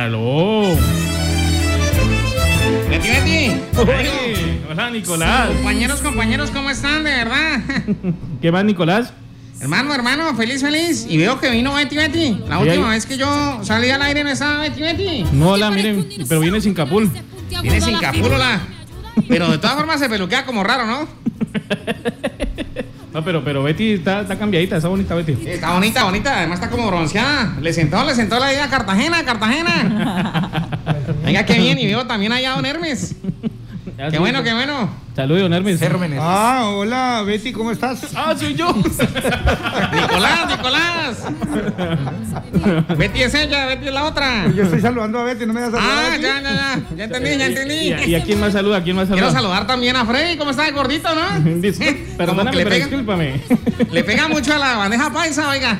¡Aló! Betty, Betty. Oye, Hola, Nicolás. Compañeros, compañeros, ¿cómo están? De verdad. ¿Qué más, Nicolás? hermano, hermano, feliz, feliz. Y veo que vino Betty, Betty. La Sí, última ahí- vez que yo salí al aire no estaba Betty, Betty. No, hola, miren, pero viene sin capul. Viene sin capul, hola. Pero de todas formas se peluquea como raro, ¿no? No, Ah, pero, pero Betty está, está cambiadita, está bonita Betty. Sí, Está bonita, bonita. Además está como bronceada. Le sentó, le sentó la idea a Cartagena, Cartagena. Venga, qué bien. Y veo también allá a Don Hermes. Qué bueno, qué bueno. Saludos, don Hermes. Ah, hola, Betty, ¿cómo estás? Ah, soy yo. Nicolás, Nicolás. Betty es ella, Betty es la otra. Yo estoy saludando a Betty, no me das a saludar Ah, a ti? ya, ya, ya. Ya entendí, ya ¿Y a, entendí. y a quién más saluda? ¿A quién más Quiero saluda? saludar también a Freddy. ¿Cómo está, gordito, no? Discul- Como que Perdóname, le pero pega, discúlpame. le pega mucho a la bandeja paisa, oiga.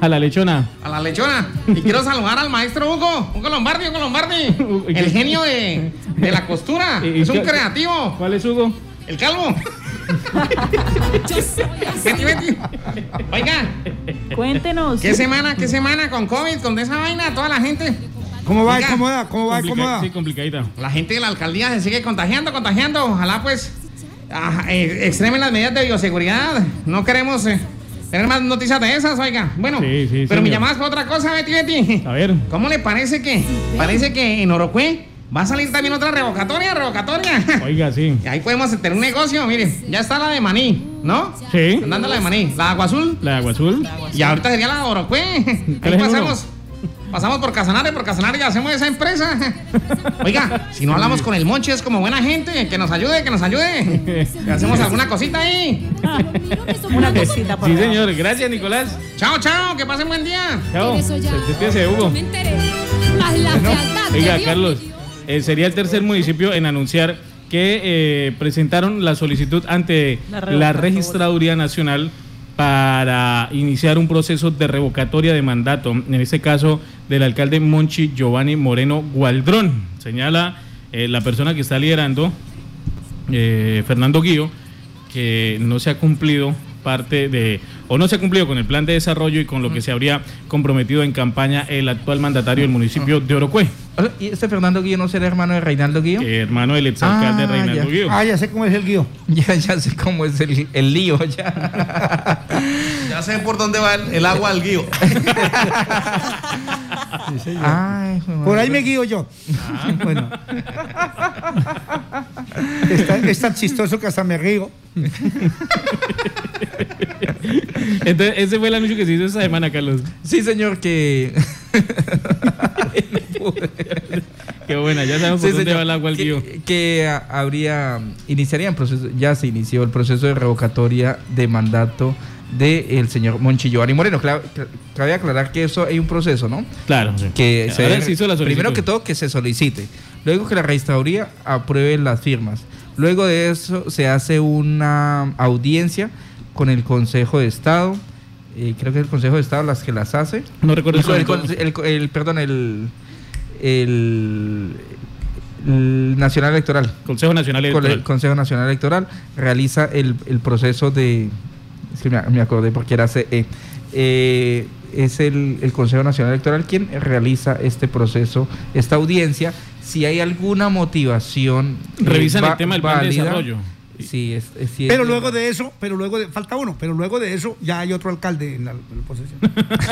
A la lechona. A la lechona. Y quiero saludar al maestro Hugo. Hugo Lombardi, Hugo Lombardi. El genio de, de la costura. ¿Y- y Es un qué- creativo. ¿Cuál es Hugo? El calvo. Vete, vete. Oiga, Cuéntenos. ¿qué semana, qué semana con COVID, con esa vaina? Toda la gente. ¿Cómo va? Oiga. ¿Cómo va? ¿Cómo va? ¿Cómo Complica- va? Sí, complicadita. La gente de la alcaldía se sigue contagiando, contagiando. Ojalá pues ajá, eh, extremen las medidas de bioseguridad. No queremos eh, tener más noticias de esas, oiga. Bueno, Sí, sí, pero señor. mi llamada es para otra cosa, Betty, Betty. A ver. ¿Cómo le parece que parece que en Orocue va a salir también otra revocatoria, revocatoria? Oiga, sí. Y ahí podemos tener un negocio, mire. Ya está la de Maní, ¿no? Sí. Andando la de Maní, la de Agua Azul. La de agua azul. Y ahorita sería la de Orocue. Tres Ahí en pasamos. Pasamos por Casanare, por Casanare y hacemos esa empresa. Oiga, si no hablamos con el Monches como buena gente, que nos ayude, que nos ayude. Que hacemos alguna cosita ahí. Una cosita, por Sí, favor. señor. Gracias, Nicolás. Chao, chao, que pasen buen día. Chao. Eso ya. Despídese de Hugo. Me enteré. Más la fealdad de Oiga, Dios, Carlos, mi Dios. eh, sería el tercer municipio en anunciar que eh, presentaron la solicitud ante La la, revocatoria. Registraduría Nacional para iniciar un proceso de revocatoria de mandato, en este caso del alcalde Monchi Giovanni Moreno Gualdrón. Señala eh, la persona que está liderando, eh, Fernando Guío, que no se ha cumplido parte de, o no se ha cumplido con el plan de desarrollo y con Mm. lo que se habría comprometido en campaña el actual mandatario del municipio de Orocue. ¿Y este Fernando Guillo no será hermano de Reinaldo Guillo? Eh, hermano del exalcalde Ah, Reinaldo ya. Guido. Ah, ya sé cómo es el guío. Ya, ya sé cómo es el, el lío ya. Ya sé por dónde va el, el agua al guío. Ay, hijo de Por ahí me madre. guío yo. Bueno. Es tan, es tan chistoso que hasta me río. Entonces, ese fue el anuncio que se hizo esta semana, Carlos. Sí, señor, que. No pude. Qué buena, ya sabemos por Sí, dónde señor, va el agua al que- Guido. Que ah, habría. Iniciarían proceso. Ya se inició el proceso de revocatoria de mandato del señor Monchilloani Moreno. Cla- cla- cabe aclarar que eso es un proceso, ¿no? Claro, sí. que se Ahora debe- se hizo la solicitud. primero que todo que se solicite luego que la registraduría apruebe las firmas luego de eso se hace una audiencia con el Consejo de Estado eh, creo que es el Consejo de Estado las que las hace No recuerdo Y con el, el con- el- el- perdón el el, el Nacional Electoral Consejo Nacional con Electoral. el Consejo Nacional Electoral realiza el, el proceso de. es que me, me acordé porque era CE. Eh, es el, el Consejo Nacional Electoral quien realiza este proceso, esta audiencia. Si hay alguna motivación. eh, Revisan el va- tema del plan de válida, desarrollo. Sí, es, es- sí es- Pero luego de eso, pero luego de. Falta uno, pero luego de eso ya hay otro alcalde en la, en la posesión.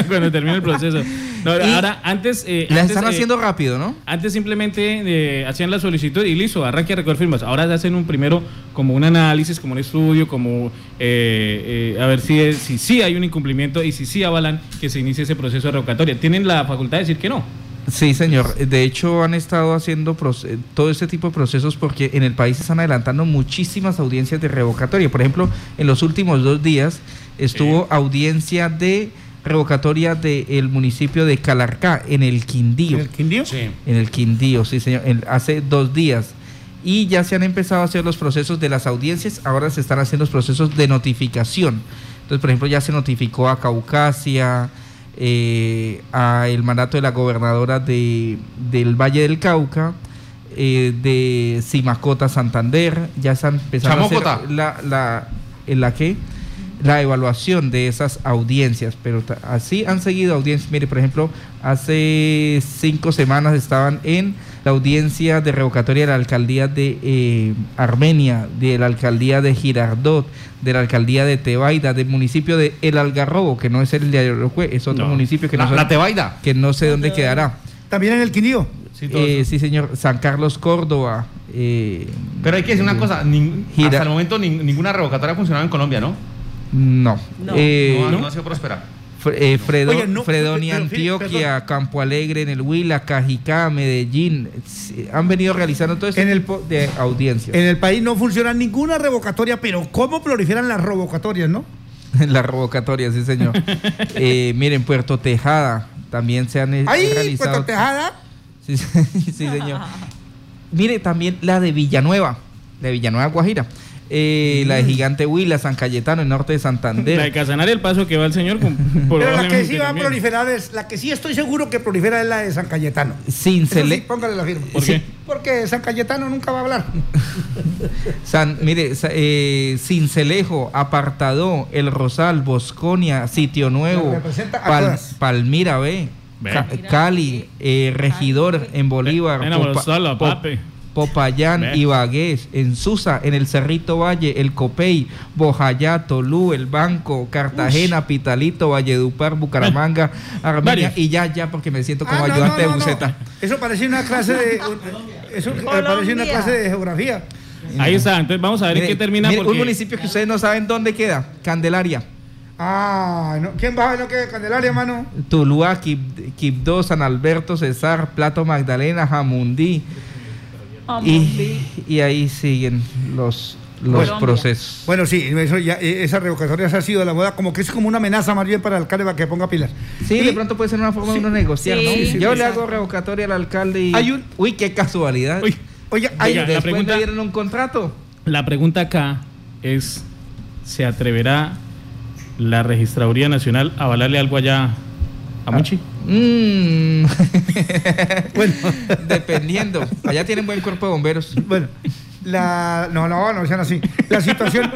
Cuando termine el proceso. No, Y- ahora, antes. eh, Las antes, están eh, haciendo rápido, ¿no? Antes simplemente eh, hacían la solicitud y listo, arranque a recoger firmas. Ahora hacen un primero como un análisis, como un estudio, como eh, eh, a ver si, es- si sí hay un incumplimiento y si sí avalan que se inicie ese proceso de revocatoria. Tienen la facultad de decir que no. Sí, señor. De hecho, han estado haciendo proce- todo este tipo de procesos porque en el país se están adelantando muchísimas audiencias de revocatoria. Por ejemplo, en los últimos dos días estuvo audiencia de revocatoria del municipio de Calarcá, en el Quindío. ¿En el Quindío? Sí. En el Quindío, sí, señor. en- hace dos días. Y ya se han empezado a hacer los procesos de las audiencias. Ahora se están haciendo los procesos de notificación. Entonces, por ejemplo, ya se notificó a Caucasia, eh, a el mandato de la gobernadora de, del Valle del Cauca, eh, de Simacota, Santander. Ya se han empezado a Chamócota. hacer la, la, ¿en la qué? la evaluación de esas audiencias, pero ta- así han seguido audiencias. Mire, por ejemplo, hace cinco semanas estaban en la audiencia de revocatoria de la alcaldía de eh, Armenia, de la alcaldía de Girardot, de la alcaldía de Tebaida, del municipio de El Algarrobo, que no es el de Ayolocue, es otro No. municipio que no, La, sé- la Tebaida. que no sé dónde quedará. También en el Quindío. Sí, todo Eh, eso. sí, señor, San Carlos Córdoba. eh, Pero hay que decir una cosa, nin- Gira- hasta el momento nin- ninguna revocatoria ha funcionado en Colombia, ¿no? No. No. Eh, no, no ha sido próspera. Fre- eh, Fredo- Oye, no, Fredonia, pero, pero, Fili- Antioquia, Campo Alegre, en el Huila, Cajicá, Medellín. s- Han venido realizando todo este En el- tipo de audiencias. En el país no funciona ninguna revocatoria, pero ¿cómo proliferan las revocatorias, no? La revocatoria, sí, señor. Eh, miren, Puerto Tejada también se han eh, Ahí, realizado. Puerto Tejada. Sí, sí, sí, señor. Mire, también la de Villanueva, la de Villanueva Guajira. Eh, La de Mm. Gigante Huila, San Cayetano, el norte de Santander. La de Casanare, el paso que va el señor. con- Pero la probablemente que sí va a también. proliferar es, la que sí estoy seguro que prolifera es la de San Cayetano. Eso Cincele- sí, póngale la firma. ¿Por qué? Porque San Cayetano nunca va a hablar. San, mire, sa- eh, Cincelejo, Apartado, El Rosal, Bosconia, Sitio Nuevo, Me representa a Pal- todas. Palmira B, Ve. Ca- Cali, eh, Regidor en Bolívar, En Abrazala, papi. Popayán, Ve. Ibagué, en Susa, en el Cerrito Valle, El Copey, Bojayá, Tolú, El Banco, Cartagena, Pitalito, Valledupar, Bucaramanga, Armenia Varios. y ya, ya, porque me siento como Ah, no, ayudante no, no, de no. buceta. Eso parece una clase de. Eso parece una clase de geografía. Ahí está, entonces vamos a ver en Mire, qué termina. mire, Un porque- municipio que ustedes no saben dónde queda, Candelaria. Ah, no. ¿quién va a ver lo que es Candelaria, hermano? Tuluá, Quib- Quibdó, San Alberto, Cesar, Plato Magdalena, Jamundí. Y, y ahí siguen los, los Colombia. procesos. Bueno, sí, eso ya, eh, esas revocatorias ha sido la moda, como que es como una amenaza más bien para el alcalde para que ponga pilas. Sí, Y de pronto puede ser una forma de uno negociar, Sí, ¿no? sí, sí, Yo le exacto. hago revocatoria al alcalde y... Hay un- Uy, qué casualidad. Uy, Oye, Ay, hay, Oiga, la después pregunta- me dieron un contrato. la pregunta acá es: ¿se atreverá la Registraduría Nacional a avalarle algo allá Ah. a Monchi? Mm. bueno, dependiendo. Allá tienen buen cuerpo de bomberos. bueno, la, no, no, no sean así. La situación,